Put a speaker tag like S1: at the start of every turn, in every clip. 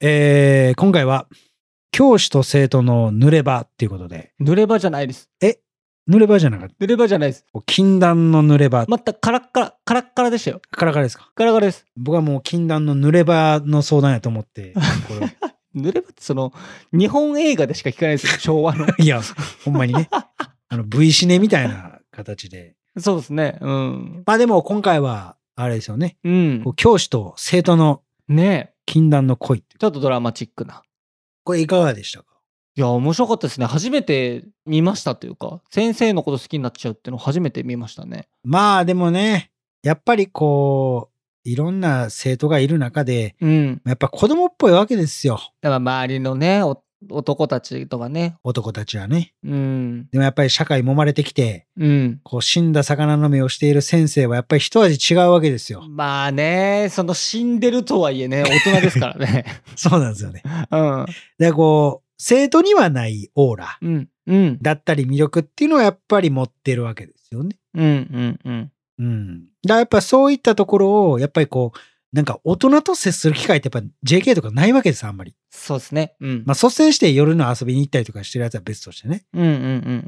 S1: えー今回は、教師と生徒の濡れ場っていうことで、
S2: 濡れ場じゃないです。
S1: 濡れ場じゃなかった
S2: 濡れ場じゃないです。
S1: こう。禁断の濡れ場。
S2: またカラッカラ、カラッカラでしたよ。
S1: カラカラですか
S2: カラカラです。
S1: 僕はもう禁断の濡れ場の相談やと思 って、これ
S2: 濡れ場ってその、日本映画でしか聞かないですよ。昭和の。
S1: いや、ほんまにね。あの、V シネみたいな形で。
S2: そうですね。うん。
S1: まあでも今回は、あれですよね。
S2: うん
S1: こう。教師と生徒の
S2: ねえ。
S1: 禁断の恋っていう。
S2: ちょっとドラマチックな。
S1: これいかがでしたか
S2: いや、面白かったですね。初めて見ましたというか、先生のこと好きになっちゃうっていうのを初めて見ましたね。
S1: まあでもね、やっぱりこう、いろんな生徒がいる中で、
S2: うん。
S1: やっぱ子供っぽいわけですよ。
S2: だから周りのね、お男たちとかね。
S1: 男たちはね。
S2: うん。
S1: でもやっぱり社会揉まれてきて、
S2: うん。
S1: こう死んだ魚の目をしている先生はやっぱり一味違うわけですよ。
S2: まあね、その死んでるとはいえね、大人ですからね。
S1: そうなんですよね。
S2: うん。
S1: で、こう、生徒にはないオーラ
S2: うん。うん。
S1: だったり魅力っていうのはやっぱり持ってるわけですよね。
S2: うん。うん。うん。
S1: うん。だからやっぱそういったところを、やっぱりこう、なんか大人と接する機会ってやっぱ JK とかないわけです、あんまり。
S2: そうですね。うん。
S1: まあ率先して夜の遊びに行ったりとかしてるやつは別としてね、
S2: うんうんう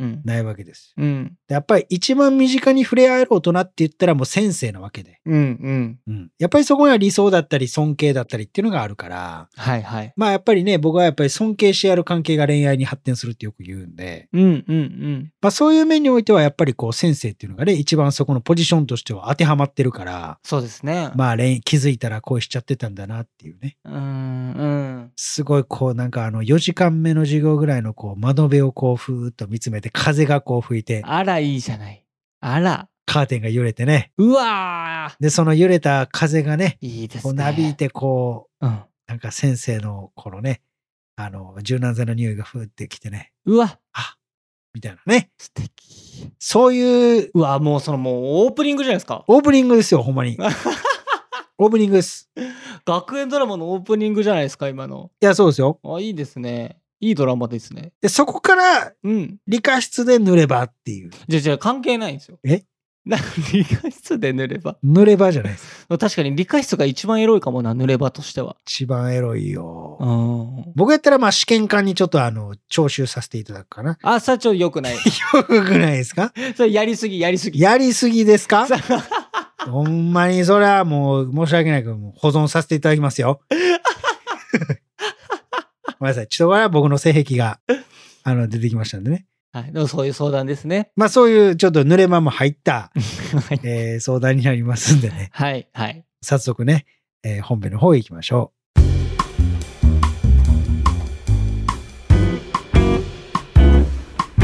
S2: ん
S1: ないわけです。
S2: うん。うん。
S1: でやっぱり一番身近に触れ合える大人って言ったらもう先生なわけで。
S2: うんうん。
S1: うん。やっぱりそこには理想だったり尊敬だったりっていうのがあるから、
S2: はいはい。
S1: まあやっぱりね、僕はやっぱり尊敬し合える関係が恋愛に発展するってよく言うんで、
S2: うんうんうん。
S1: まあそういう面においてはやっぱりこう先生っていうのがね、一番そこのポジションとしては当てはまってるから、
S2: そうですね。
S1: まあ恋気づいたら恋しちゃってたんだなっていうね。
S2: うんうん。
S1: すごいこうなんかあの4時間目の授業ぐらいのこう窓辺をこうふーっと見つめて風がこう吹いて
S2: あら、いいじゃない。あら。
S1: カーテンが揺れてね。
S2: うわ
S1: で、その揺れた風がね、
S2: ーいいです
S1: こう
S2: ね。
S1: なびい。てこ
S2: うん。
S1: うなんか先生のこのね、あの柔軟剤の匂いがふーってきてね、
S2: うわ、
S1: みたいなね。
S2: 素敵。
S1: そういう
S2: うわ、もうそのもうオープニングじゃないですか。
S1: オープニングですよ、ほんま に。オープニングです。
S2: 学園ドラマのオープニングじゃないですか、今の。
S1: いや、そうですよ。
S2: あ、いいですね。いいドラマですね。
S1: で、そこから
S2: うん。
S1: 理科室で濡れ場っていう。
S2: じゃあじゃあ関係ないんですよ。
S1: え
S2: な理科室で塗れば。
S1: 濡れ場じゃないです。
S2: 確かに理科室が一番エロいかもな、塗ればとしては。
S1: 一番エロいよ。
S2: うん。
S1: 僕やったらまあ試験官にちょっとあの徴収させていただくかな。
S2: あ、社長良 くない。
S1: よくないですか
S2: それやりすぎ、やりすぎ。
S1: やりすぎですか
S2: さ
S1: ほんまにそれはもう申し訳ないけどもう保存させていただきます よ。ごめんなさい。ちょっとこれは僕の性癖があの出てきましたんでね。
S2: はい、でもそういう相談ですね。
S1: まあそういうちょっと濡れ間も入った、
S2: はい
S1: えー相談になりますんでね。
S2: はい、はい。
S1: 早速ね、えー本編の方へ行きましょ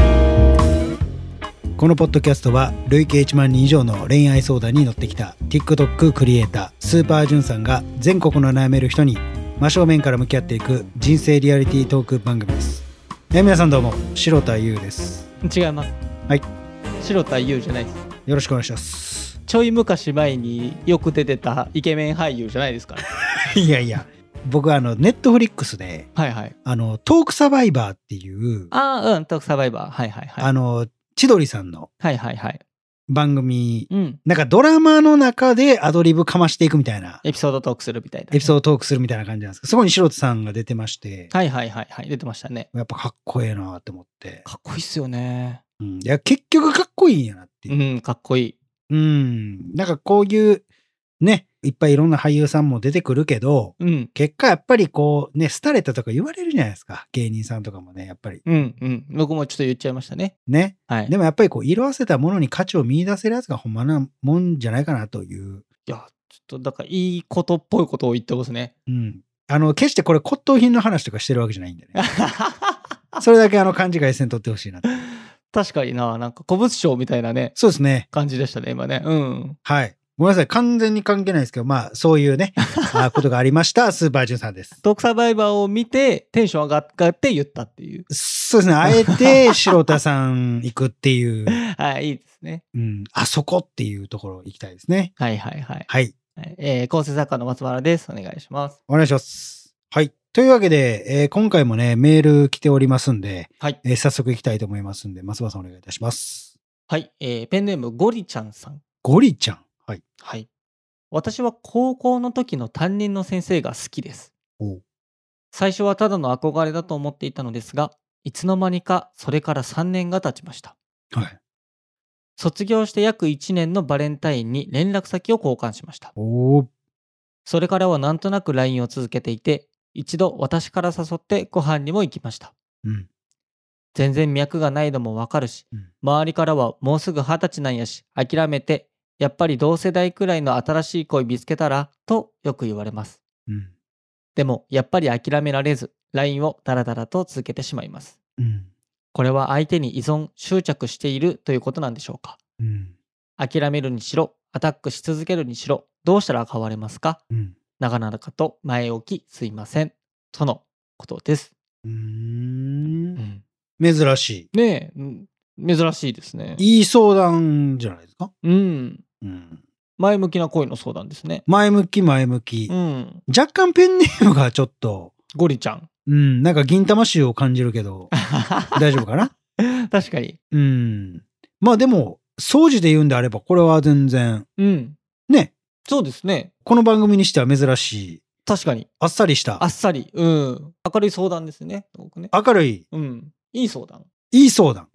S1: う。このポッドキャストは累計1万人以上の恋愛相談に乗ってきた TikTok クリエイタースーパージュンさんが全国の悩める人に真正面から向き合っていく人生リアリティートーク番組です。えー皆さんどうも白田優です。
S2: 違います。
S1: はい。
S2: 白田優じゃないです。
S1: よろしくお願いします。
S2: ちょい昔前によく出てたイケメン俳優じゃないですから。
S1: いやいや僕はあのネットフリックスで
S2: はいはい。
S1: あのトークサバイバーっていう
S2: ああ、うん、トークサバイバー。はいはいは
S1: あ
S2: い。
S1: の、千鳥さんの
S2: はいはいはい。
S1: 番組、
S2: うん。
S1: なんかドラマの中でアドリブかましていくみたいな、
S2: エピソードトークするみたいな。
S1: エピソードトークするみたいな感じなんですけど、そこに白田さんが出てまして、
S2: はいはいはいはい。出てましたね。
S1: やっぱかっこええなって思って、
S2: かっこいいっすよね。
S1: うん。いや、結局かっこいいんやなっていうう。
S2: ん、かっこいい。
S1: うん。なんかこういう、ね、いっぱいいろんな俳優さんも出てくるけど、
S2: うん。
S1: 結果やっぱりこうね、廃れたとか言われるじゃないですか。芸人さんとかもね、やっぱり
S2: うんうん。僕もちょっと言っちゃいましたね。
S1: ね。
S2: はい。
S1: でもやっぱりこう、色あせたものに価値を見出せるやつがほんまなもんじゃないかなという
S2: いや、ちょっとだからいいことっぽいことを言ってます ね。
S1: うん。あの、決してこれ骨董品の話とかしてるわけじゃないんでね。それだけあの勘違いせんとってほしいなと。
S2: 確かにな、なんか古物商みたいなね、
S1: そうですね。
S2: 感じでしたね、今ね。うん。
S1: はい。ごめんなさい。完全に関係ないですけど、まあ、そういうね、あことがありました、スーパージュンさんです。
S2: トークサバイバーを見て、テンション上が上がって言ったっていう。
S1: そうですね。あえて、白田さん行くっていう、
S2: はい、いいですね。
S1: うん、あそこっていうところ行きたいですね。
S2: はいはいはい。
S1: はい。
S2: はいえー、構成作家の松原です。お願いします。
S1: お願いします。はい。というわけで、えー今回もね、メール来ておりますんで、
S2: はい。
S1: えー早速行きたいと思いますんで、松葉さんお願いいたします。
S2: はい。えー、ペンネーム、ゴリちゃんさん。
S1: ゴリちゃん。はい。
S2: はい。私は高校の時の担任の先生が好きです
S1: おう。
S2: 最初はただの憧れだと思っていたのですが、いつの間にかそれから3年が経ちました。
S1: はい。
S2: 卒業して約1年のバレンタインに連絡先を交換しました。
S1: おー
S2: それからはなんとなく LINE を続けていて、一度私から誘ってご飯にも行きました。
S1: うん。
S2: 全然脈がないのもわかるし、
S1: うん
S2: 周りからはもうすぐ二十歳なんやし、諦めて、やっぱり同世代くらいの新しい恋見つけたら、とよく言われます。
S1: うん。
S2: でも、やっぱり諦められず、LINE をダラダラと続けてしまいます。
S1: うん。
S2: これは相手に依存、執着しているということなんでしょうか
S1: うん。
S2: 諦めるにしろ、アタックし続けるにしろ、どうしたら変われますか
S1: うん。
S2: 長々と前置きすいません。とのことです。
S1: うーん。
S2: ね
S1: 珍し
S2: え、うん珍しいですね
S1: い。。いい相談じゃないですか。
S2: うん。
S1: うん。
S2: 前向きな恋の相談ですね。
S1: 前向き前向き
S2: う。ん。
S1: 若干ペンネームがちょっと、
S2: ゴリちゃん。
S1: うん、なんか銀魂を感じるけど、大丈夫かな
S2: 確かに。
S1: うん。まあでも、掃除で言うんであれば、これは全然、
S2: うん。
S1: ね、
S2: そうですね。
S1: この番組にしては珍しい、
S2: 確かに。
S1: あっさりした
S2: あっ、さり。うん。明るい相談ですね。すごくね。
S1: 明るい、
S2: うん。いい相談。
S1: いい相 談。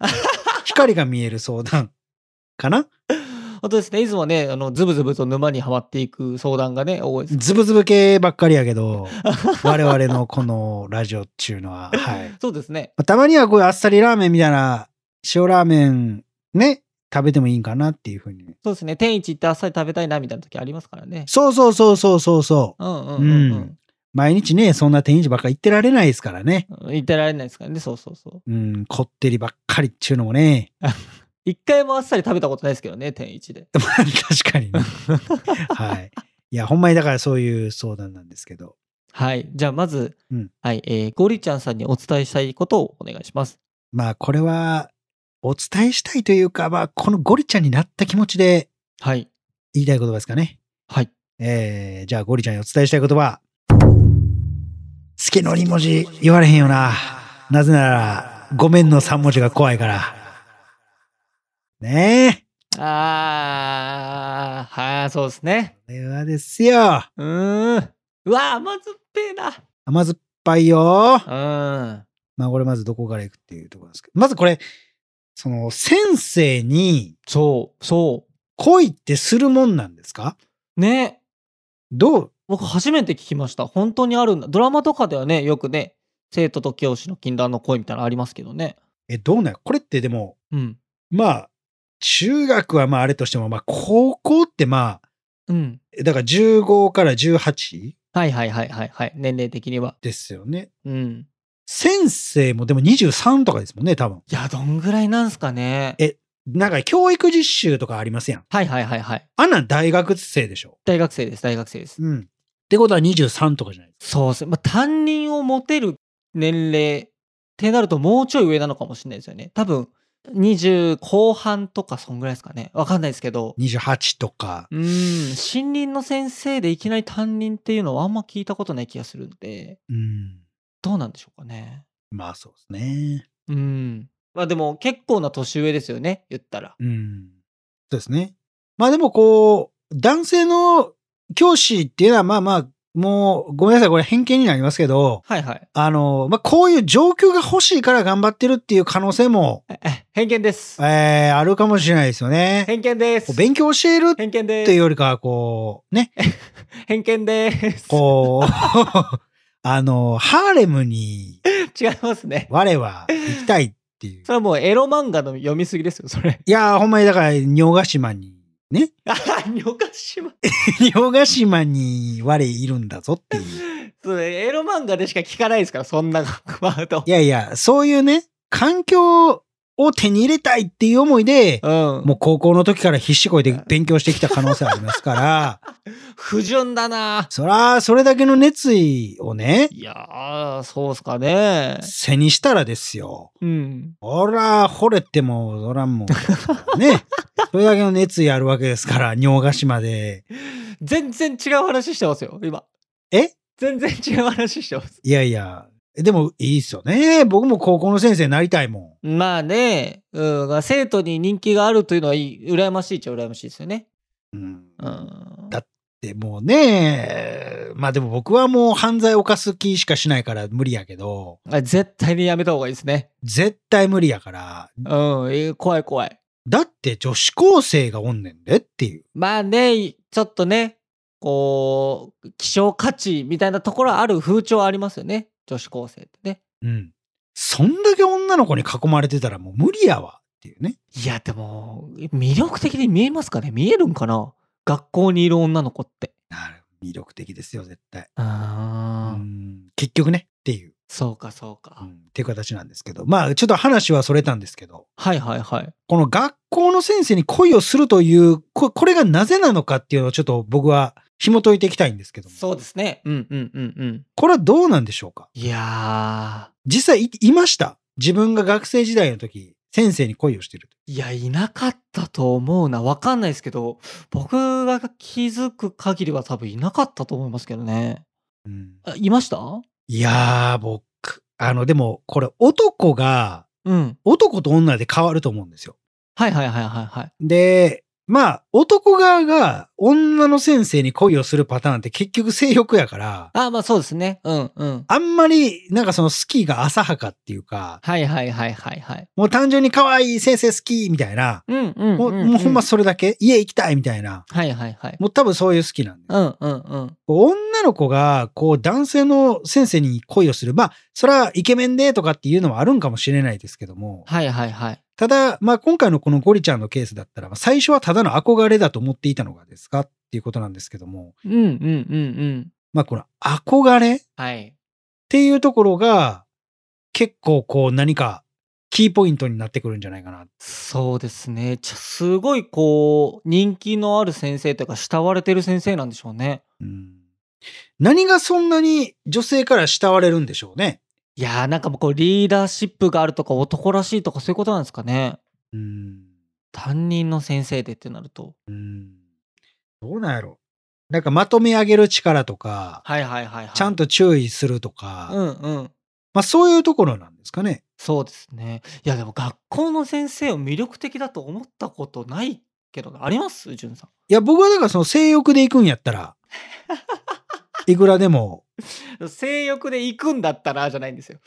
S1: 光が見える相談。かな
S2: あとですね、いつもね、あの、ズブズブと沼にはまっていく相談がね、多いです。
S1: ズブズブ系ばっかりやけど、我々のこのラジオっちゅうのは、はい。
S2: そうですね。
S1: たまにはこういうあっさりラーメンみたいな、塩ラーメン、ね、食べてもいいんかなっていうふうに。
S2: そうですね。天一行ってあっさり食べたいなみたいな時ありますからね。
S1: そうそうそうそうそうそう。
S2: うんうんうん、う
S1: うん
S2: ん。
S1: 毎日ね、そんな天一ばっかり行ってられないですからね。
S2: 言ってられないですからね、そうそうそう。
S1: うん、こってりばっかりっちゅうのもね。
S2: 一回もあっさり食べたことないですけどね、天一で。
S1: まあ 確かにね。はい。いや、ほんまにだからそういう相談なんですけど。
S2: はい。じゃあ、まず、
S1: うん
S2: はい、えーゴリちゃんさんにお伝えしたいことをお願いします。
S1: まあ、これは、お伝えしたいというか、まあ、このゴリちゃんになった気持ちで
S2: はい。
S1: 言いたい言葉ですかね。
S2: はい。
S1: えー、じゃあゴリちゃんにお伝えしたい言葉。好きの2文字言われへんよな。なぜなら、ごめんの3文字が怖いから。ねえ。
S2: あー、はい、そうですね。
S1: これはですよ。
S2: うーん。うわ、甘酸っぱい
S1: 甘酸っぱいよ。
S2: な。うん。
S1: まあこれまずどこから行くっていうところなんですけど。まずこれ、その先生に
S2: そう、そ
S1: 恋ってするもんなんですか
S2: う。ね。
S1: どう
S2: 僕、初めて聞きました。本当にあるんだ。ドラマとかではね、よくね、生徒と教師の禁断の恋みたいなのありますけどね。
S1: え、どうなんやこれってでも、
S2: うん。
S1: まあ、中学はまああれとしても、まあ高校ってまあ、
S2: うん。
S1: だから15から18
S2: はいはいはいはいはい。年齢的には。
S1: ですよね。
S2: うん。
S1: 先生もでも23とかですもんね、多分。
S2: いや、どんぐらいなんすかね。
S1: えなんか教育実習とかありますやん。
S2: はいはいはいはい。
S1: あんなん大学生でしょ。
S2: 大学生です、大学生です。
S1: うん。ってことは23とかじゃないですか。
S2: そうですね。まあ、担任を持てる年齢ってなるともうちょい上なのかもしれないですよね。多分、20後半とかそんぐらいですかね。わかんないですけど。
S1: 28とか。
S2: うーん、森林の先生でいきなり担任っていうのはあんま聞いたことない気がするんで、
S1: うん。
S2: どうなんでしょうかね。
S1: まあそうですね。
S2: うん。まあでも結構な年上ですよね、言ったら。
S1: うん。そうですね。まあでもこう、男性の教師っていうのはまあまあ、もうごめんなさい、これ偏見になりますけど、
S2: はいはい。
S1: あの、まあこういう状況が欲しいから頑張ってるっていう可能性も、
S2: ええ偏見です。
S1: えー、あるかもしれないですよね。
S2: 偏見です
S1: こう。勉強教えるっ
S2: 偏見
S1: ていう
S2: です。
S1: よりかは、こう、ね、
S2: 偏見です。
S1: こう、 あの、ハーレムに
S2: 違いますね。
S1: 我は行きたいっていう
S2: そ。れはもうエロ漫画の読みすぎですよ、それ。
S1: いやー、ほんまにだから、尿ヶ島に、 ね、
S2: あはよかしま。
S1: 洋ヶ島に我いるんだぞっていう。
S2: それ、エロ漫画でしか聞かないですから、そんなワード
S1: い。やいや、そういうね、環境を手に入れたいっていう思いで、
S2: うん。
S1: もう高校の時から必死こいで勉強してきた可能性あります から、
S2: 不純だな。
S1: そら、それだけの熱意をね、
S2: いやー、そうっすかね。
S1: 背にしたらですよ。
S2: うん。
S1: ほら、惚れても、そらもう、 ね、それだけの熱意あるわけですから、洋ヶ島で。
S2: 全然違う話してますよ、今。
S1: え
S2: 全然違う話してます。
S1: いやいや、でもいいっすよね。僕も高校の先生になりたいもん。
S2: まあね、うん、生徒に人気があるというのはいい、羨ましいっちゃ羨ましいですよね。
S1: うん
S2: うん。
S1: だってもうね、まあでも僕はもう犯罪犯す気しかしないから無理やけど、
S2: あ絶対にやめた方がいいですね。
S1: 絶対無理やから、
S2: うん、え怖い怖い。
S1: だって女子高生がおんねんでっていう。
S2: まあね、ちょっとね、こう、希少価値みたいなところはある風潮ありますよね。女子高生ってね。
S1: うん。そんだけ女の子に囲まれてたらもう無理やわっていうね。
S2: いや、でも、魅力的に見えますかね見えるんかな学校にいる女の子って。
S1: なる魅力的ですよ、絶対。
S2: あ
S1: う。ん結局ねっていう、
S2: そうか、そうか。
S1: うんっていう形なんですけど。まあちょっと話はそれたんですけど、
S2: はいはいはい。
S1: この学校の先生に恋をするという、ここれがなぜなのかっていうのをちょっと僕は紐解いていきたいんですけども。
S2: そうですね。うんうんうんうん。
S1: これはどうなんでしょうか
S2: いや
S1: 実際いいました自分が学生時代の時先生に恋をしてる
S2: ー、いや、いなかったと思うな。わかんないですけど、僕が気づく限りは多分いなかったと思いますけどね。
S1: と、
S2: あいました
S1: いやー僕あのでもこれ男が
S2: うん。
S1: 男と女で変わると思うんですよ
S2: はいはいはいはいはい。
S1: でまあ男側が女の先生に恋をするパターンって結局性欲やから
S2: あまあそうですね。うんうん。
S1: あんまりなんかその好きが浅はかっていうか
S2: はいはいはいはいはい。
S1: もう単純に可愛い先生好きみたいな
S2: うんうん
S1: もう,、もうほんまそれだけ家行きたいみたいな
S2: はいはいはい。
S1: もう多分そういう好きなんです
S2: うんうんうん。
S1: 女の子が、こう、男性の先生に恋をする。まあ、それはイケメンでとかっていうのはあるんかもしれないですけども、
S2: はいはいはい。
S1: ただ、まあ、今回のこのゴリちゃんのケースだったら、まあ最初はただの憧れだと思っていたのがですかっていうことなんですけども、
S2: うんうんうんうん。
S1: まあ、この憧れっ
S2: はい。
S1: ていうところが、結構こう、何かキーポイントになってくるんじゃないかな。
S2: そうですね。ちょすごいこう、人気のある先生というか、慕われてる先生なんでしょうね。
S1: うん何がそんなに女性から慕われるんでしょうね。
S2: いやーなんかもうこう、リーダーシップがあるとか、男らしいとか、そういうことなんですかね。
S1: うん
S2: 担任の先生でってなると。
S1: うんどうなんやろなんかまとめ上げる力とか、
S2: はいはいはいはい。
S1: ちゃんと注意するとか、
S2: うんうん。
S1: まあそういうところなんですかね。
S2: そうですね。いやでも学校の先生を魅力的だと思ったことないけどなありますじゅんさん。
S1: いや、僕はだからその性欲で行くんやった ら、いくらでも、
S2: 性欲で行くんだったらじゃないんですよ。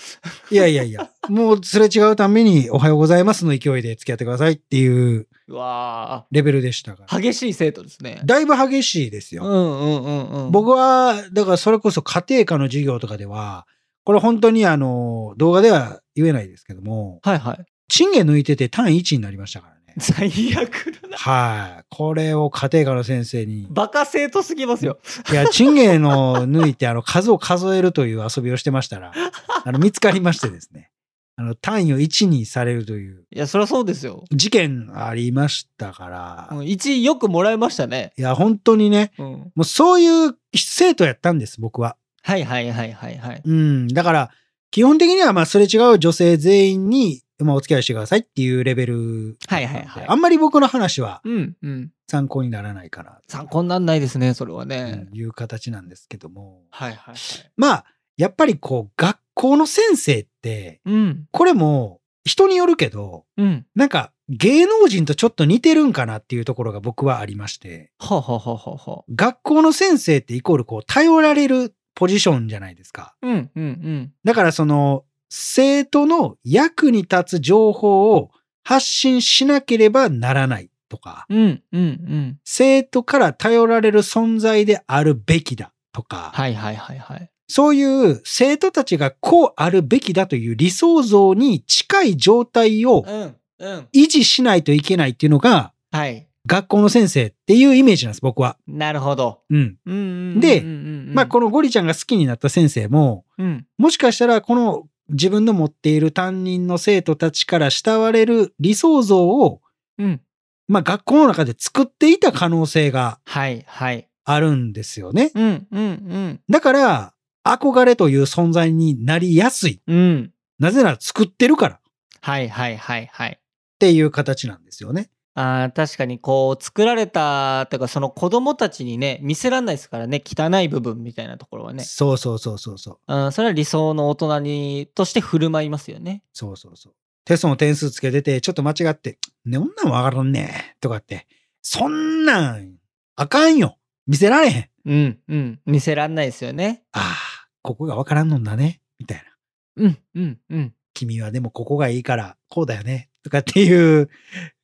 S1: いやいやいや、もうすれ違うためにおはようございますの勢いで付き合ってくださいっていう
S2: うわ
S1: レベルでしたから。
S2: あ激しい生徒ですね。
S1: だいぶ激しいです
S2: うん
S1: よ。
S2: うんうんうん。
S1: 僕は、だからそれこそ家庭科の授業とかでは、これ本当にあの、動画では言えないですけども、
S2: はいはい。
S1: チンゲ抜いてて単1になりましたから ね。
S2: 最悪だな。
S1: はい。これを家庭科の先生に。
S2: バカ生徒すぎますよ。
S1: いや、チンゲの抜いて、あの、数を数えるという遊びをしてました ら、あの、見つかりましてですね。あの、単位を1にされるという
S2: いやそりゃそうですよ。
S1: 事件ありましたから、
S2: う
S1: い
S2: ん一位よくもらいましたね。
S1: や、本当にね、
S2: うん。
S1: もうそういう生徒やったんです、僕は。
S2: はいはいはいはいはい。
S1: うん。だから、基本的には、まあ、すれ違う女性全員に、まあ、お付き合いしてくださいっていうレベル。
S2: はいはいはい
S1: あんまり僕の話は
S2: うんうん。
S1: 参考にならないかな、
S2: 参考になんないですねそれは
S1: と
S2: ね。
S1: いう形なんですけども。
S2: はいはいはい。
S1: まあ、やっぱりこう、学校の先生って、
S2: うん
S1: これも人によるけど、
S2: うん。
S1: なんか芸能人とちょっと似てるんかなっていうところが僕はありまして、
S2: はあ、はあはあはあはあ。
S1: 学校の先生ってイコールこう頼られるポジションじゃないですか。
S2: うんうんうん。
S1: だからその生徒の役に立つ情報を発信しなければならないとか、
S2: うんうんうん。
S1: 生徒から頼られる存在であるべきだとか、
S2: はいはいはいはい。
S1: そういう生徒たちがこうあるべきだという理想像に近い状態を
S2: うんうん。
S1: 維持しないといけないっていうのが
S2: はい。
S1: 学校の先生っていうイメージなんです、僕は。
S2: なるほど。
S1: うん。
S2: うんうんうんうんうん。
S1: でまあ、
S2: こ
S1: このゴリちゃんが好きになった先生も、
S2: うん。
S1: もしかしたらこの自分の持っている担任の生徒たちから慕われる理想像を、
S2: うん。
S1: まあ、学校の中で作っていた可能性が
S2: はいはい。
S1: あるんですよね。
S2: うんうん
S1: だから、憧れという存在になりやすい。
S2: うん。うん。
S1: なぜなら作ってるからっ
S2: はいはいはいはい。
S1: ていう形なんですよね。
S2: あー確かにこう作られたというかその子供たちにね見せらんないですからね汚い部分みたいなところはね、
S1: そうそうそうそうそう。
S2: うん、それは理想の大人にとして振る舞いますよね
S1: そうそうそう。テストの点数つけてて、ちょっと間違って、ね、女も上がらんねとかって、そんなん、あかんよ見せられへん。
S2: うん、うん。見せらんないですよね。
S1: ああ、ここがわからんのんだね。みたいな。
S2: うん、うん、うん。
S1: 君はでもここがいいから、こうだよね。とかっていう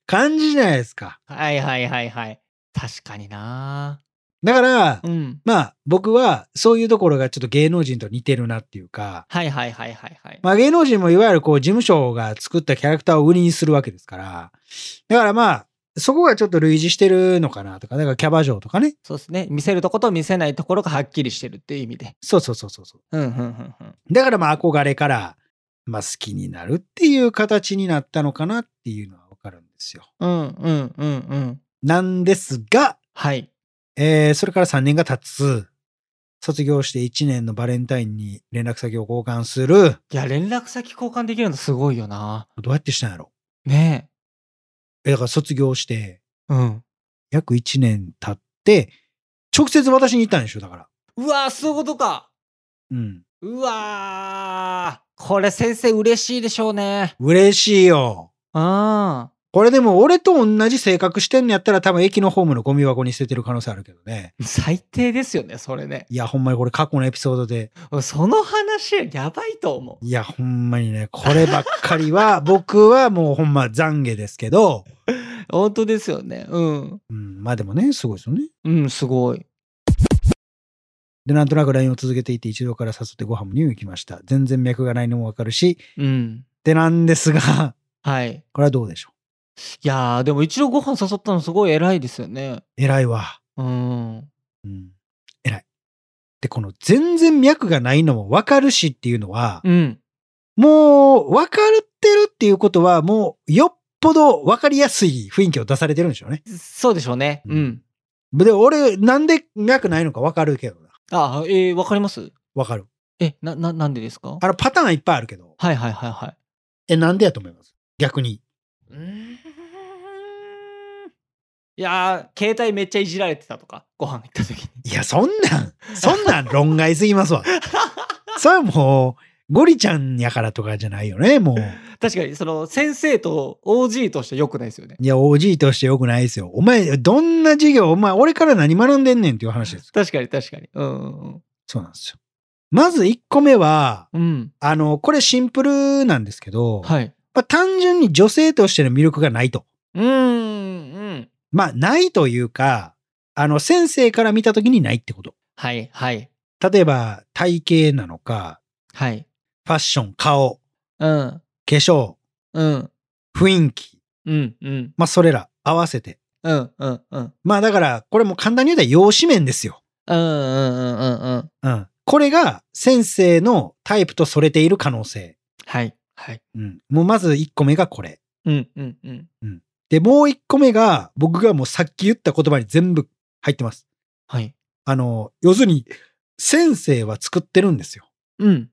S1: 感じじゃないですか。
S2: はいはいはいはい。確かにな
S1: だから、
S2: うん。
S1: まあ僕はそういうところがちょっと芸能人と似てるなっていうか、
S2: はいはいはいはいはい。
S1: まあ芸能人もいわゆるこう事務所が作ったキャラクターを売りにするわけですから、だからまあ、そこがちょっと類似してるのかなとか、だからキャバ嬢とかね。
S2: そうですね。見せるとこと見せないところがはっきりしてるっていう意味で。
S1: そうそうそうそうそう。
S2: うん、うん、うん、うん。
S1: だからまあ憧れから、まあ好きになるっていう形になったのかなっていうのはわかるんですよ。
S2: うん、うん、うん、うん。
S1: なんですが、
S2: はい。
S1: えーそれから3年が経つ。卒業して1年のバレンタインに連絡先を交換する。
S2: いや、連絡先交換できるのすごいよな
S1: どうやってしたんやろ
S2: ね
S1: え、だから卒業して
S2: え。うん。
S1: 約1年経って、直接私に行ったんでしょだから。
S2: うわー、そういうことか。
S1: うん。
S2: うわー。これ先生嬉しいでしょうね。
S1: 嬉しいよ。
S2: あ
S1: これでも俺と同じ性格してんのやったら多分駅のホームのゴミ箱に捨ててる可能性あるけどね。
S2: ー。最低ですよね、それね。
S1: いや、ほんまにこれ過去のエピソードで。
S2: その話、やばいと思う。
S1: いや、ほんまにね、こればっかりは、僕はもうほんま懺悔ですけど、
S2: 本当ですよね。うん。
S1: うん、まあでもね、すごいですよね。
S2: うん、すごい。
S1: で、なんとなく LINE を続けていて、一度から誘ってご飯にも行きました。全然脈がないのもわかるし、
S2: うん。
S1: ってなんですが、
S2: はい。
S1: これはどうでしょ
S2: いやー、でも一応ご飯誘ったのすごい偉いですよね。
S1: う。偉いわ。
S2: うん。
S1: うん。偉い。で、この全然脈がないのもわかるしっていうのは、
S2: うん。
S1: もう、わかってるっていうことは、もう、よっぽどわかりやすい雰囲気を出されてるんでしょうね。
S2: そうでしょうね。
S1: うん
S2: うん。
S1: で、俺、なんで脈ないのかわかるけどな。
S2: あ、えー、わかります
S1: わかる。
S2: え、な、な、なんでですか
S1: あの、パターンいっぱいあるけど、
S2: はいはいはいはい。
S1: え、なんでやと思います逆に。
S2: うーんいやー携帯めっちゃいじられてたとかご飯行った時に
S1: いや、そんなん、そんなん論外すぎます わ。それはもう、ゴリちゃんやからとかじゃないよね、もう。
S2: 確かにその先生と OG として良くないですよね
S1: いや、OG としてよくないですよ。お前、どんな授業、お前、俺から何学んでんねんっていう話です。
S2: 確かに確かにうんうん
S1: そうなんですよ。まず1個目は、
S2: うんうん
S1: あの、これシンプルなんですけど、
S2: はい
S1: まあ、単純に女性としての魅力がないと。
S2: うーんうん
S1: まあ、ないというか、あの、先生から見た時にないってこと。
S2: はいはい
S1: 例えば、体型なのか、
S2: はい
S1: ファッション、顔、
S2: うん
S1: 化粧、
S2: うん
S1: 雰囲気、
S2: うんうん
S1: まあ、それら合わせて。
S2: うんうんうん
S1: まあ、だから、これも簡単に言うたら、容姿面ですよ。
S2: うんうんうんうんうん
S1: うん。これが先生のタイプとそれている可能性。
S2: はいはい
S1: うん。もうまず1個目がこれ。
S2: うんうんうん
S1: で、もう1個目が、僕がもうさっき言った言葉に全部入ってます。
S2: はい
S1: あの、要するに、先生は作ってるんですよ。
S2: うん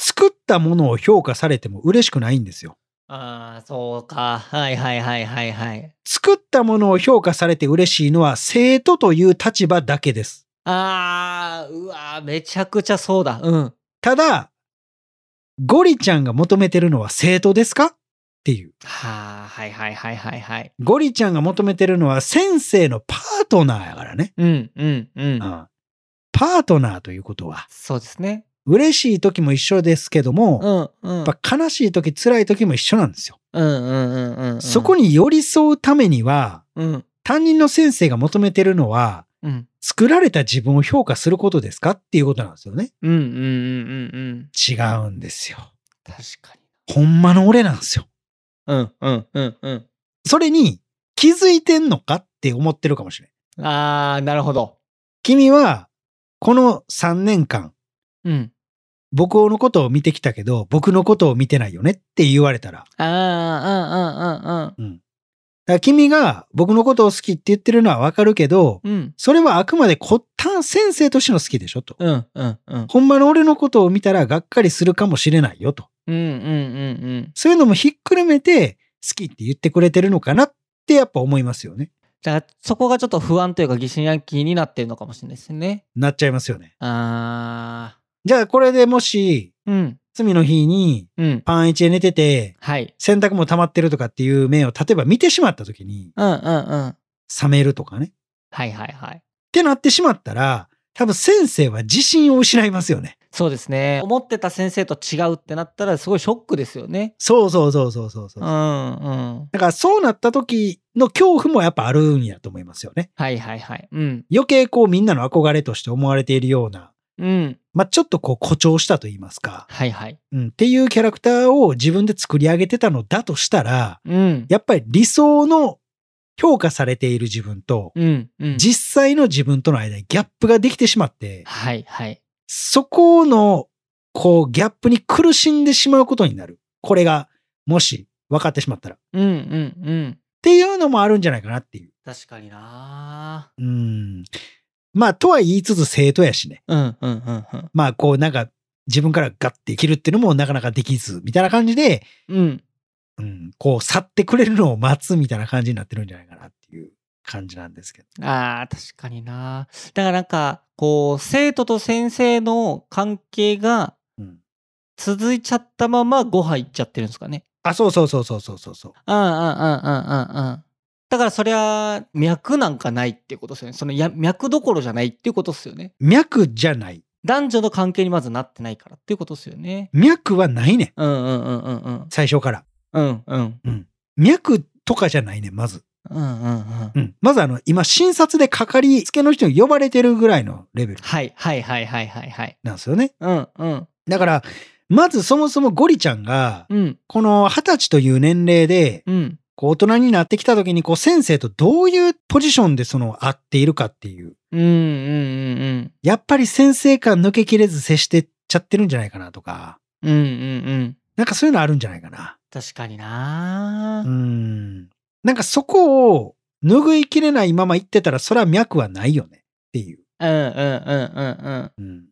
S1: 作ったものを評価されても嬉しくないんですよ。
S2: ああそうかはいはいはいはいはい
S1: 作ったものを評価されて嬉しいのは生徒という立場だけです。
S2: あーうわーめちゃくちゃそうだうん
S1: ただ、ゴリちゃんが求めてるのは生徒ですかっていう。
S2: はあ、はいはいはいはいはい。
S1: ゴリちゃんが求めてるのは先生のパートナーやからね。
S2: うんうんうん。
S1: うんパートナーということは、
S2: そうですね。
S1: 嬉しい時も一緒ですけども、
S2: うんうん。
S1: やっぱ悲しい時、辛い時も一緒なんですよ。
S2: うんうんうんうんうん。
S1: そこ
S2: に。
S1: に寄り添うためには、
S2: うん
S1: 担任の先生が求めてるのは、
S2: うん
S1: 作られた自分を評価することですかっていうことなんですよね。
S2: うんうんうんうんうん。
S1: 違うんですよ。
S2: 確かに。
S1: ほんまの俺なんですよ。
S2: うんうんうんう
S1: それに気づいてんのかって思ってるかもしれん。
S2: ん。ああ、なるほど。
S1: 君は、この3年間、
S2: うん。
S1: 僕のことを見てきたけど、僕のことを見てないよねって言われたら、だか
S2: ああ、
S1: ら君が僕のことを好きって言ってるのはわかるけど、
S2: うんうんうんうん。
S1: それはあくまで骨端先生としての好きでしょと。
S2: うんうんうん。
S1: ほんまの俺のことを見たらがっかりするかもしれないよと。
S2: うんうんうんうん。
S1: そういうのもひっくるめて好きって言ってくれてるのかなってやっぱ思いますよね。
S2: じゃあ、そこがちょっと不安というか疑心暗鬼になってるのかもしれないですね。
S1: なっちゃいますよね。
S2: ああ。
S1: じゃあこれでもし、
S2: うん
S1: 罪の日に
S2: うん。
S1: パン一で寝てて、
S2: はい。
S1: 洗濯も溜まってるとかっていう面を例えば見てしまった時に、
S2: うんうんうん。
S1: 冷めるとかね。
S2: はいはいはい。
S1: ってなってしまったら、多分先生は自信を失いますよね。
S2: そうですね。思ってた先生と違うってなったら、すごいショックですよね。
S1: そうそうそうそうそうそうう。
S2: ん、う
S1: だ
S2: ん。
S1: からそうなった時の恐怖もやっぱあるんやと思いますよね。
S2: はいはいはい。うん。
S1: 余計こうみんなの憧れとして思われているような、
S2: うん。
S1: まあ、ちょっとこう誇張したと言いますか、
S2: はいはい。
S1: うん、っていうキャラクターを自分で作り上げてたのだとしたら、
S2: うん。
S1: やっぱり理想の評価されている自分と、
S2: うん。うん。
S1: 実際の自分との間にギャップができてしまって、
S2: はいはい。
S1: そこの、こう、ギャップに苦しんでしまうことになる。これが、もし、分かってしまったら。っ
S2: うんうんうん。
S1: ていうのもあるんじゃないかなっていう。
S2: 確かにな
S1: うん。まあ、とは言いつつ生徒やしね。
S2: うんうんうんうん。
S1: まあ、こう、なんか、自分からガッて切るっていうのもなかなかできず、みたいな感じで、
S2: うん。
S1: うん、こう、去ってくれるのを待つみたいな感じになってるんじゃないかなっていう感じなんですけど。
S2: ああ、確かになだからなんか、こう、生徒と先生の関係が
S1: うん。
S2: 続いちゃったままご飯行っちゃってるんですかね。
S1: あ、そうそうそうそうそうそうそう。
S2: うんうんうんうんうんうん。だからそりゃ、脈なんかないっていうことですよね。そのや脈どころじゃないっていうことですよね。
S1: 脈じゃない。
S2: 男女の関係にまずなってないからっていうことですよね。
S1: 脈はないねん。
S2: うんうんうんうんうん。
S1: 最初から。
S2: うんうん。
S1: 脈とかじゃないねん、まず。
S2: うんうんうん。
S1: うん。まずあの、今、診察でかかりつけの人に呼ばれてるぐらいのレベル
S2: はいはいはいはいはいはい。
S1: なんですよね。
S2: うんうん
S1: だから、まずそもそもゴリちゃんが、
S2: うん
S1: この二十歳という年齢で、
S2: うん。
S1: こう大人になってきた時に、こう先生とどういうポジションでその会っているかっていう。
S2: うんうんうんうん。
S1: やっぱり先生感抜けきれず接してっちゃってるんじゃないかなとか、
S2: うんうんうん。
S1: なんかそういうのあるんじゃないかな。
S2: 確かにな
S1: うーん。なんかそこを拭いきれないまま言ってたら、それは脈はないよねっていう。
S2: うんうんうんうんうん。
S1: うんっ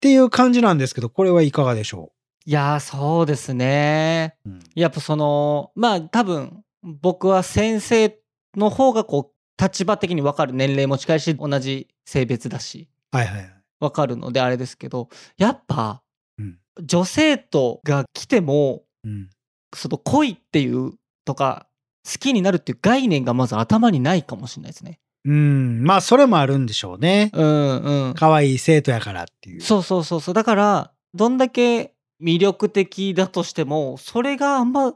S1: ていう感じなんですけど、これはいかがでしょ
S2: いやーそうですね。
S1: う、うん
S2: やっぱそのまあ多分僕は先生の方がこう立場的に分かる年齢も近いし同じ性別だし
S1: はいはいはい。
S2: 分かるのであれですけどやっぱ、
S1: うん
S2: 女生徒が来ても
S1: うん、
S2: その恋っていうとか好きになるっていう概念がまず頭にないかもしれないですね。
S1: うんまあ、それもあるんでしょうね。
S2: うんうん。
S1: 可愛い生徒やからっていう。
S2: そうそうそうそうだからどんだけ魅力的だとしてもそれがあんま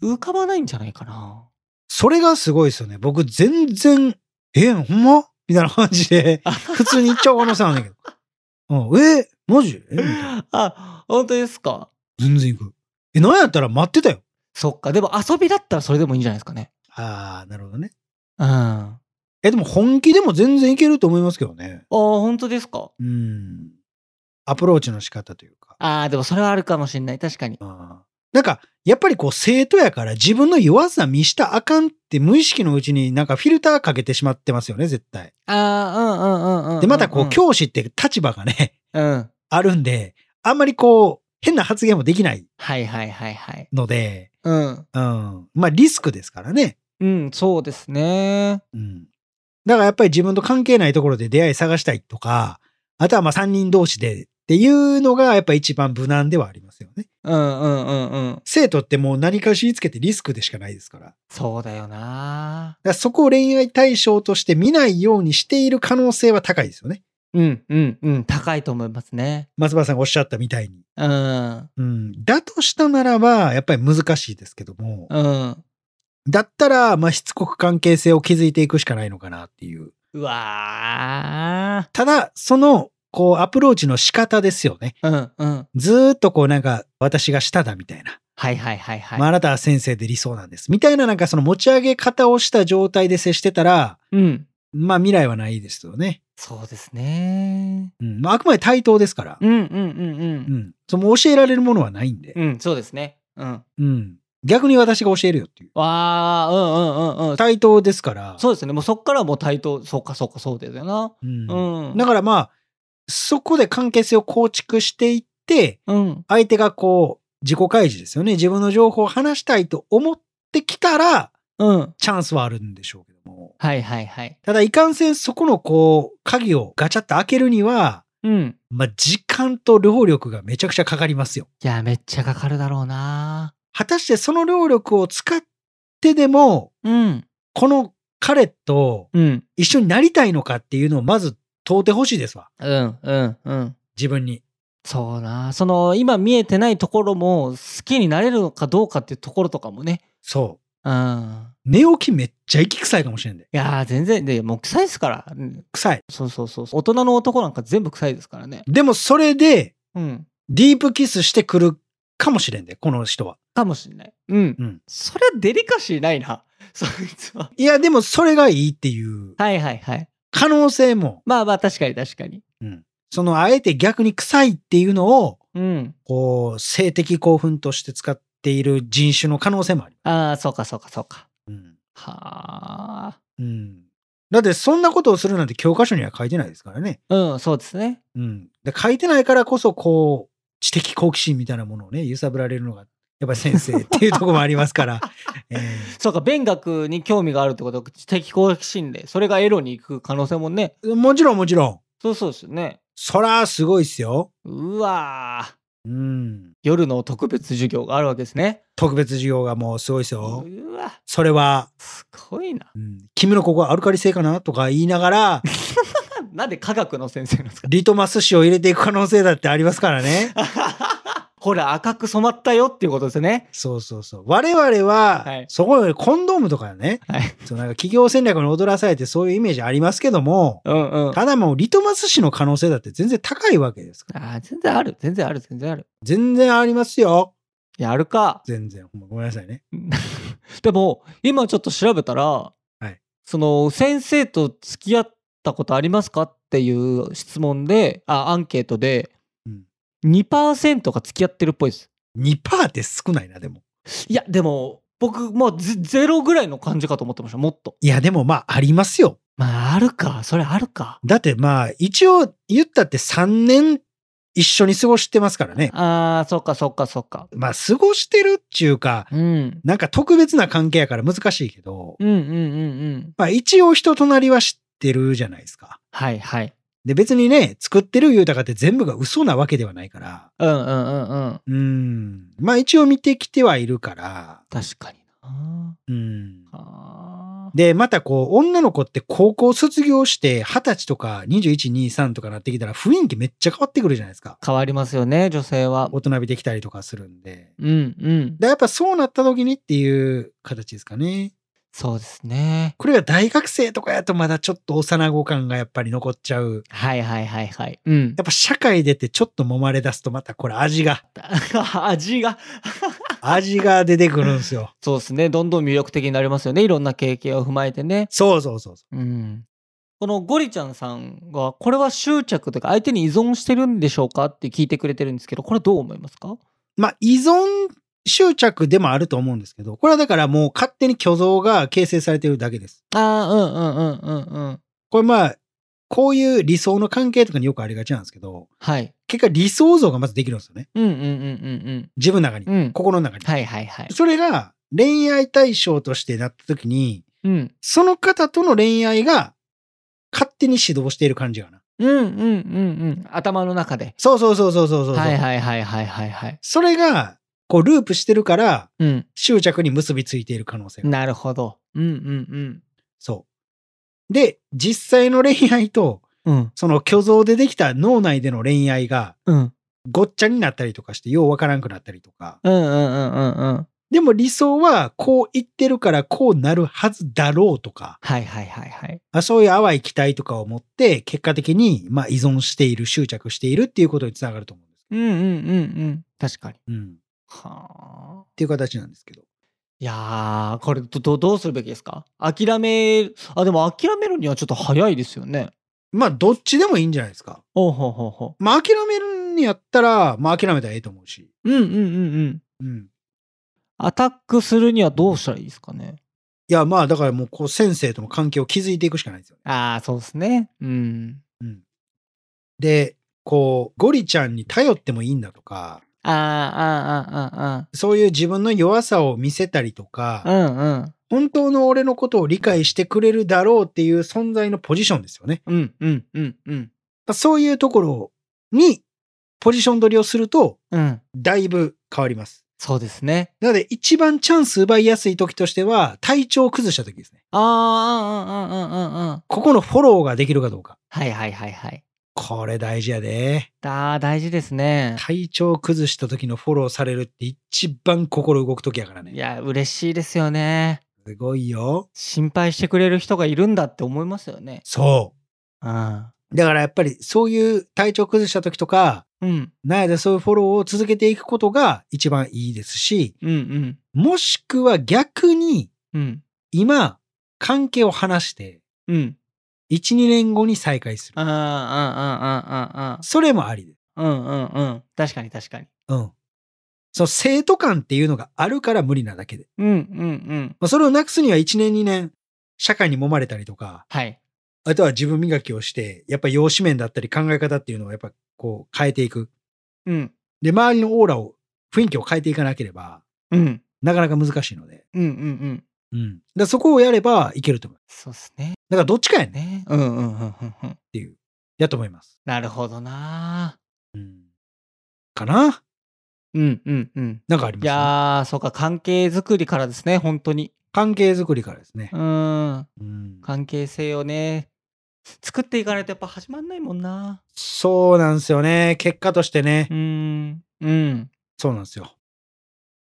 S2: 浮かばないんじゃないかな。
S1: それがすごいですよね。僕、全然、え、ほんまみたいな感じで、普通に言っちゃう可能性あるんだけど。うん、え、マジえみたいな
S2: あ本当ですか
S1: 全然行く。え、なんやったら待ってたよ。
S2: そっかでも遊びだったらそれでもいいんじゃないですかね。
S1: ああ、なるほどね。
S2: うん。あ
S1: え、でも本気でも全然いけると思いますけどね。
S2: 本当ですか
S1: うん。アプローチの仕方というか。
S2: あーでもそれはあるかもしれない確かに。
S1: ああなんか、やっぱりこう、生徒やから自分の弱さ見したらあかんって無意識のうちになんかフィルターかけてしまってますよね、絶対。
S2: あーうんうんうんうんうん。
S1: で、またこう、教師って立場がね、
S2: 日。うん。
S1: あるんで、あんまりこう、変な発言もできない
S2: はいはいはいはい。
S1: ので、
S2: うん。
S1: うん。まあ、リスクですからね。
S2: うんそうですね。
S1: うん。だからやっぱり自分と関係ないところで出会い探したいとか、あとはまあ3人同士でっていうのがやっぱ一番無難ではありますよね。
S2: うんうんうんうん。
S1: 生徒ってもう何かしりつけてリスクでしかないですから。
S2: そうだよな
S1: だからそこを恋愛対象として見ないようにしている可能性は高いですよね。
S2: うんうんうん高いと思いますね。
S1: 松原さんがおっしゃったみたいに。
S2: うん
S1: うん。だとしたならば、やっぱり難しいですけども、
S2: うん。
S1: だったら、まあ、しつこく関係性を築いていくしかないのかなっていう。
S2: うわ
S1: ただ、その、こう、アプローチの仕方ですよね。
S2: ー。うんうん。
S1: ずーっとこう、なんか、私が下だみたいな。
S2: はいはいはいはい。
S1: まあ、あなたは先生で理想なんです。みたいな、なんかその持ち上げ方をした状態で接してたら、
S2: うん。
S1: まあ、未来はないですよね。
S2: そうですね。
S1: うん。まあ、あくまで対等ですから。
S2: うんうんうん
S1: う
S2: うん。
S1: ん。その教えられるものはないんで。
S2: うん、そうですね。うん。
S1: うん。逆に私が教えるよっていう。
S2: わー、うんうんうんうん。
S1: 対等ですから。
S2: そうですね。もうそっからもう対等、そうかそうかそうだよな。
S1: うん
S2: うん。
S1: だからまあ、そこで関係性を構築していって、
S2: うん。
S1: 相手がこう、自己開示ですよね。自分の情報を話したいと思ってきたら、
S2: うん。
S1: チャンスはあるんでしょうけども。
S2: はいはいはい。
S1: ただ、いかんせんそこのこう、鍵をガチャッと開けるには、
S2: うん。
S1: まあ、時間と労力がめちゃくちゃかかりますよ。
S2: いや、めっちゃかかるだろうな。
S1: 果たしてその労力を使ってでも、
S2: うん。
S1: この彼と
S2: うん。
S1: 一緒になりたいのかっていうのをまず問うてほしいですわ。
S2: うん。うん。うん。
S1: 自分に。
S2: そうな。その、今見えてないところも、好きになれるのかどうかっていうところとかもね。
S1: そ
S2: うん。
S1: う。寝起きめっちゃ息臭いかもしれんで。
S2: いやー、全然、で、もう臭いですから。うん
S1: 臭い。
S2: そうそうそう。大人の男なんか全部臭いですからね。
S1: でもそれで
S2: うん。
S1: ディープキスしてくるかもしれんで、この人は。
S2: かもしれない。うん。
S1: うん
S2: それはデリカシーないな。 そいつは。
S1: いや、でもそれがいいっていう
S2: はいはいはい。
S1: 可能性も、
S2: まあまあ、確かに確かに。
S1: そのあえて逆に臭いっていうのを、
S2: うん。
S1: こう、性的興奮として使っている人種の可能性もありま
S2: ああ、そうかそうかそうか。
S1: す。うん。
S2: はあ。
S1: うん。だってそんなことをするなんて教科書には書いてないですからね。
S2: うん、そうですね。
S1: うん。で書いてないからこそ、こう、知的好奇心みたいなものをね、揺さぶられるのが、やっぱり先生っていうところもありますから。え
S2: そうか、勉学に興味があるってことは、知的好奇心で、それがエロに行く可能性もね。
S1: ーもちろんもちろん。
S2: そうそうですよね。
S1: そら、すごいっすよ。
S2: うわー
S1: うん。
S2: 夜の特別授業があるわけですね。
S1: 特別授業がもうすごいっす
S2: う
S1: よ。
S2: わ、
S1: それは、
S2: すごいな。
S1: うん、君のここはアルカリ性かなとか言いながら、
S2: なんで科学の先生なんです か
S1: リトマス紙を入れていく可能性だってありますからね。
S2: ほら、赤く染まったよっていうことですね。
S1: そうそうそう。我々は、
S2: はい
S1: そこよりコンドームとかね、
S2: はい。
S1: そうなんか企業戦略に踊らされてそういうイメージありますけども、
S2: うん うん。あ
S1: ただもうリトマス紙の可能性だって全然高いわけですから。
S2: ー全然ある。全然ある。全然ある。
S1: 全然ありますよ。
S2: やるか。
S1: 全然。ほんまごめんなさいね。
S2: でも、今ちょっと調べたら、
S1: い
S2: その、先生と付き合ったことありますかっていう質問で、あ、アンケートで、
S1: うん
S2: 2%が付き合ってるっぽいです。
S1: 2%って少ないな、でも。
S2: いや、でも、僕、もうゼゼロぐらいの感じかと思ってました、もっと。
S1: いや、でもまあありますよ。
S2: まあ、あるか。それあるか。
S1: だってまあ一応言ったって3年一緒に過ごしてますからね。
S2: ああ、そっかそっかそっか。
S1: まあ過ごしてるっていうか、
S2: うん。
S1: なんか特別な関係やから難しいけど、
S2: うんうんうんうん。
S1: まあ一応人となりは知ってるじゃないですか。
S2: はいはい。
S1: で別にね、作ってる豊かって全部が嘘なわけではないから、
S2: うんうんうんうん。
S1: うん。まあ一応見てきてはいるから、
S2: 確かにな。
S1: うん。
S2: あー
S1: で、またこう、女の子って高校卒業して20歳とか21、23とかなってきたら雰囲気めっちゃ変わってくるじゃないですか。
S2: 変わりますよね、女性は。
S1: 大人びてきたりとかするんで。
S2: うんうん。
S1: で、やっぱそうなった時にっていう形ですかね。
S2: そうですね。
S1: これが大学生とかやとまだちょっと幼子感がやっぱり残っちゃう。
S2: はいはいはいはい。うん
S1: や。っぱ社会出てちょっと揉まれ出すとまたこれ味が、
S2: 味が。
S1: 味が出てくるんですよ。
S2: そうですね。どんどん魅力的になりますよね。いろんな経験を踏まえてね。
S1: そうそうそうそ
S2: うん。このゴリちゃんさんが、これは執着というか、相手に依存してるんでしょうかって聞いてくれてるんですけど、これどう思いますか
S1: う。まあ依存執着でもあると思うんですけど、これはだからもう勝手に虚像が形成されてるだけです。
S2: ああ、うんうんうんうんうん。
S1: これまあ、こういう理想の関係とかによくありがちなんですけど、
S2: はい。
S1: 結果理想像がまずできるんですよね。
S2: うんうんうんうん
S1: 自分の中に、
S2: うん。うん。
S1: 心の中に。
S2: はいはいはい。
S1: それが恋愛対象としてなった時に、
S2: うん。
S1: その方との恋愛が勝手に指導している感じがな。
S2: うんうんうんうん。頭の中で。
S1: そうそうそうそうそうそうそう。
S2: はいはいはいはいはいはい。
S1: それが、こう、ループしてるから、
S2: うん。
S1: 執着に結びついている可能性が。
S2: なるほど。うんうん
S1: そう。で、実際の恋愛と、
S2: うん。うん。
S1: その虚像でできた脳内での恋愛が、
S2: うん。
S1: ごっちゃになったりとかして、ようわからんくなったりとか。
S2: うんうんうんうんうん。
S1: でも理想は、こう言ってるからこうなるはずだろうとか、
S2: はいはいはいはい。
S1: あそういう淡い期待とかを持って、結果的に、まあ、依存している、執着しているっていうことにつながると思うんです。
S2: うんうんうんうん。確かに。
S1: うん。っ
S2: はあ。
S1: ていう形なんですけど。
S2: いやー、これどどどうするべきですか諦め、あ、でも諦めるにはちょっと早いですよね。
S1: まあ、どっちでもいいんじゃないですか。
S2: ほうほうほうほ
S1: まあ、諦めるんやったら、まあ、諦めたらええと思うし。
S2: う。うんうんうんうん。
S1: うん。
S2: アタックするにはどうしたらいいですかね。
S1: いや、まあ、だからもう、こう、先生との関係を築いていくしかないですよね。
S2: ああ、そうですね。うん。
S1: で、こう、ゴリちゃんに頼ってもいいんだとか、
S2: あーあ
S1: そういう自分の弱さを見せたりとか、
S2: ー、あーあー、あー
S1: 本当の俺のことを理解してくれるだろうっていう存在のポジションですよね。
S2: うんうん。うんうんうん
S1: まあそういうところに、ポジション取りをすると、
S2: うん。うん。
S1: だいぶ変わります。
S2: そうですね。
S1: なので、一番チャンス奪いやすい時としては、体調を崩した時ですね。
S2: ああ、うんうんうんうんうん。
S1: ここのフォローができるかどうか。
S2: はいはいはいはい。
S1: これ大事やで。
S2: だー大事ですね。
S1: 体調を崩した時のフォローされるって一番心動く時やから
S2: い
S1: ね。
S2: や、嬉しいですよね。
S1: すごいよ。
S2: 心配してくれる人がいるんだって思いますよね。
S1: そ
S2: うん。
S1: う。だからやっぱりそういう体調を崩した時とか、
S2: うん。
S1: なんやでそういうフォローを続けていくことが一番いいですし、
S2: うんうん。
S1: もしくは逆に
S2: うん。
S1: 今関係を離して
S2: うん。
S1: 1、2年後に再開する。
S2: ああ、
S1: それもありです。
S2: ああ、ああ、ああ。うんうんうん。確かに確かに。
S1: うん。その生徒感っていうのがあるから無理なだけで。
S2: うんうんうん。
S1: まあ、それをなくすには1年2年社会に揉まれたりとか、
S2: はい。
S1: あとは自分磨きをして、やっぱ容姿面だったり考え方っていうのをやっぱこう変えていく。
S2: うん。
S1: で、周りのオーラを、雰囲気を変えていかなければ、
S2: うん。
S1: なかなか難しいので。
S2: うんうんうん。
S1: うん。だからそこをやればいけると思う。
S2: そうっすね。
S1: だからどっちかやね。
S2: ね。うんうんうんうんうん。
S1: やと思います。
S2: なるほどな
S1: うん。かな
S2: ー。うんうんうん。
S1: なんかあり
S2: い
S1: ます、ね、
S2: やー、そうか、関係づくりからですね、本当に。
S1: 関係づくりからですね
S2: う。ん。
S1: うん。
S2: 関係性をね、作っていかないとやっぱ始まんないもんな。
S1: そうなんですよね。結果としてね
S2: う。ん。うん。
S1: そうなんですよ。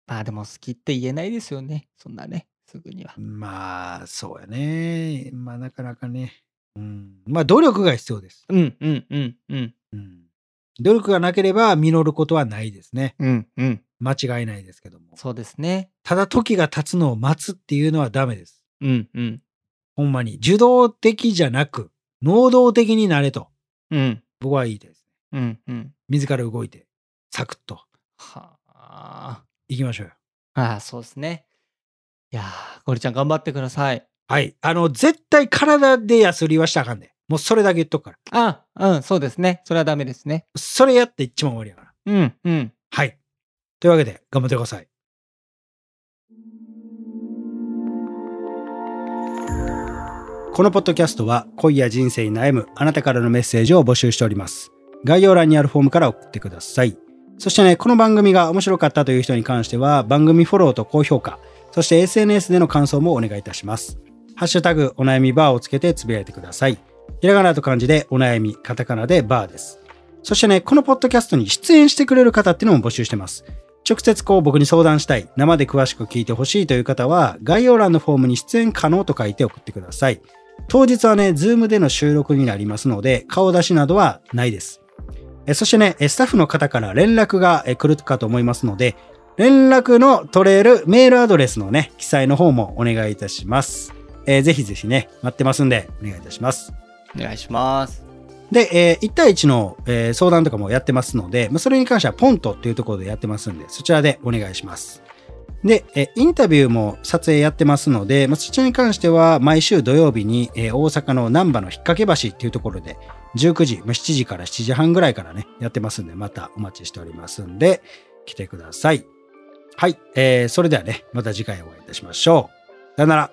S2: まあでも好きって言えないですよね。そんなね、すぐには。
S1: まあ、そうやね。まあ、なかなかね。うん。まあ、努力が必要です。
S2: うんうんうんうん。
S1: うん。努力がなければ実ることはないですね。
S2: うんうん。
S1: 間違いないですけども。
S2: そうですね。
S1: ただ時が経つのを待つっていうのはダメです。
S2: うんうん。
S1: ほんまに。受動的じゃなく、能動的になれと。
S2: うん
S1: 僕はいいです。
S2: うんうん。
S1: 自ら動いて、サクッと
S2: はあ。
S1: 行きましょうよ。
S2: ああ、そうですね。いやー、ゴリちゃん頑張ってください。
S1: はい。あの、絶対体でやすりはしたらあかんで。もうそれだけ言っとくから。
S2: あ、うん、そうですね。それはダメですね。
S1: それやって一番終わりやから。
S2: うんうん。
S1: はい。というわけで、頑張ってください。このポッドキャストは恋や人生に悩むあなたからのメッセージを募集しております。概要欄にあるフォームから送ってください。そしてね、この番組が面白かったという人に関しては番組フォローと高評価、そして SNS での感想もお願いいたします。ハッシュタグお悩みバーをつけてつぶやいてください。ひらがなと漢字でお悩み、カタカナでバーです。そしてね、このポッドキャストに出演してくれる方っていうのも募集してます。直接こう僕に相談したい、生で詳しく聞いてほしいという方は、概要欄のフォームに出演可能と書いて送ってください。当日はね、ズームでの収録になりますので、顔出しなどはないです。えそしてね、えスタッフの方から連絡がえ来るかと思いますので、連絡の取れるメールアドレスのね、記載の方もお願いいたします。えーぜひぜひね、待ってますんで、お願いいたします。
S2: お願いします。
S1: で、え1対1の、えー相談とかもやってますので、まあ、それに関してはポントっていうところでやってますんで、そちらでお願いします。で、えーインタビューも撮影やってますので、まあ、そちらに関しては毎週土曜日に、えー大阪の難波の引っ掛け橋っていうところで、19時、まあ、7時から7時半ぐらいからね、やってますんで、またお待ちしておりますんで、来てください。はい、えーそれではね、また次回お会いいたしましょう。さよなら。